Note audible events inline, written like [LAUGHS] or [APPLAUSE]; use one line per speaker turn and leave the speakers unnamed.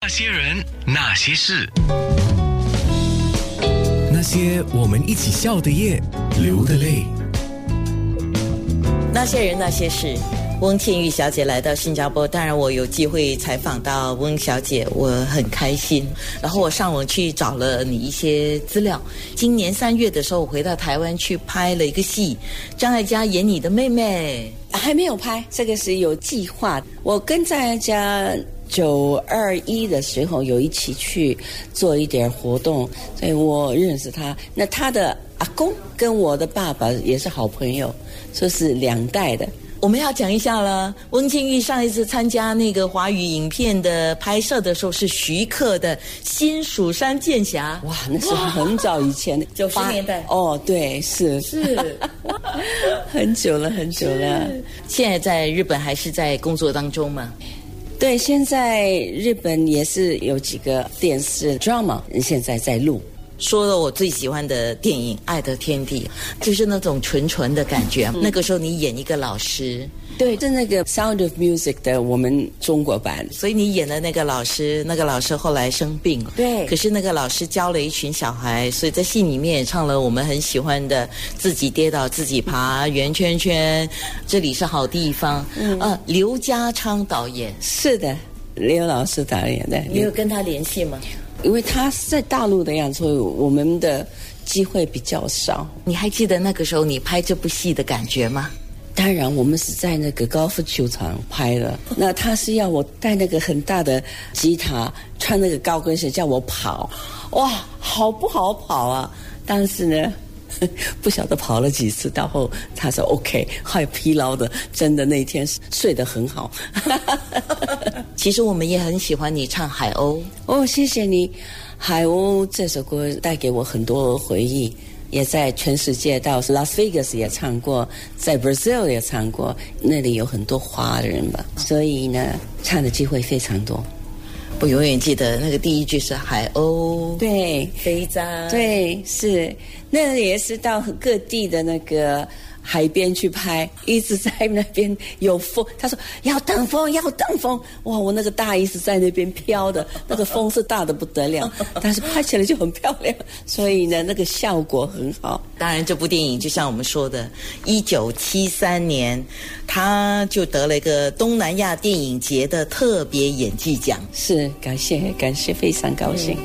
那些人，那些事，
那些我们一起笑的夜，流的泪。
那些人那些事，翁倩玉小姐来到新加坡，当然我有机会采访到翁小姐，我很开心。然后我上网去找了你一些资料。今年三月的时候，我回到台湾去拍了一个戏，张艾嘉演你的妹妹。
还没有拍，这个是有计划。我跟张艾嘉九二一的时候有一起去做一点活动，所以我认识他。那他的阿公跟我的爸爸也是好朋友，说是两代的。
我们要讲一下了。翁庆玉上一次参加那个华语影片的拍摄的时候，是徐克的《新蜀山剑侠》。
哇，那是很早以前的，
九十年代
哦，对，是
是，
[LAUGHS] 很久了，很久了。
现在在日本还是在工作当中嘛？
对，现在日本也是有几个电视 drama，现在在录。
说了我最喜欢的电影《爱的天地》，就是那种纯纯的感觉。那个时候你演一个老师，
对，是那个《Sound of Music》的我们中国版。
所以你演的那个老师，那个老师后来生病了。
对
可是那个老师教了一群小孩，所以在戏里面也唱了我们很喜欢的“自己跌倒自己爬，圆圈圈，这里是好地方”嗯。啊，刘家昌导演，
是的，刘老师导演的。
你有跟他联系吗？
因为他是在大陆的样子，所以我们的机会比较少。
你还记得那个时候你拍这部戏的感觉吗？
当然，我们是在那个高尔夫球场拍的。那他是要我带那个很大的吉他，穿那个高跟鞋，叫我跑。哇，好不好跑啊？但是呢， [LAUGHS] 不晓得跑了几次，到后他说 OK，还疲劳的，真的那天睡得很好。
其实我们也很喜欢你唱《海鸥》。
哦，谢谢你，《海鸥》这首歌带给我很多回忆，也在全世界到 Las Vegas 也唱过，在 Brazil 也唱过，那里有很多华人吧，所以呢，唱的机会非常多。
我永远记得那个第一句是“海鸥
对，
飞在”，，
对，是，那也是到各地的那个。海边去拍，一直在那边有风。他说要等风，要等风。哇，我那个大衣是在那边飘的，那个风是大的不得了，但是拍起来就很漂亮，所以呢，那个效果很好。
当然，这部电影就像我们说的，一九七三年，他就得了一个东南亚电影节的特别演技奖。
是，感谢，感谢，非常高兴。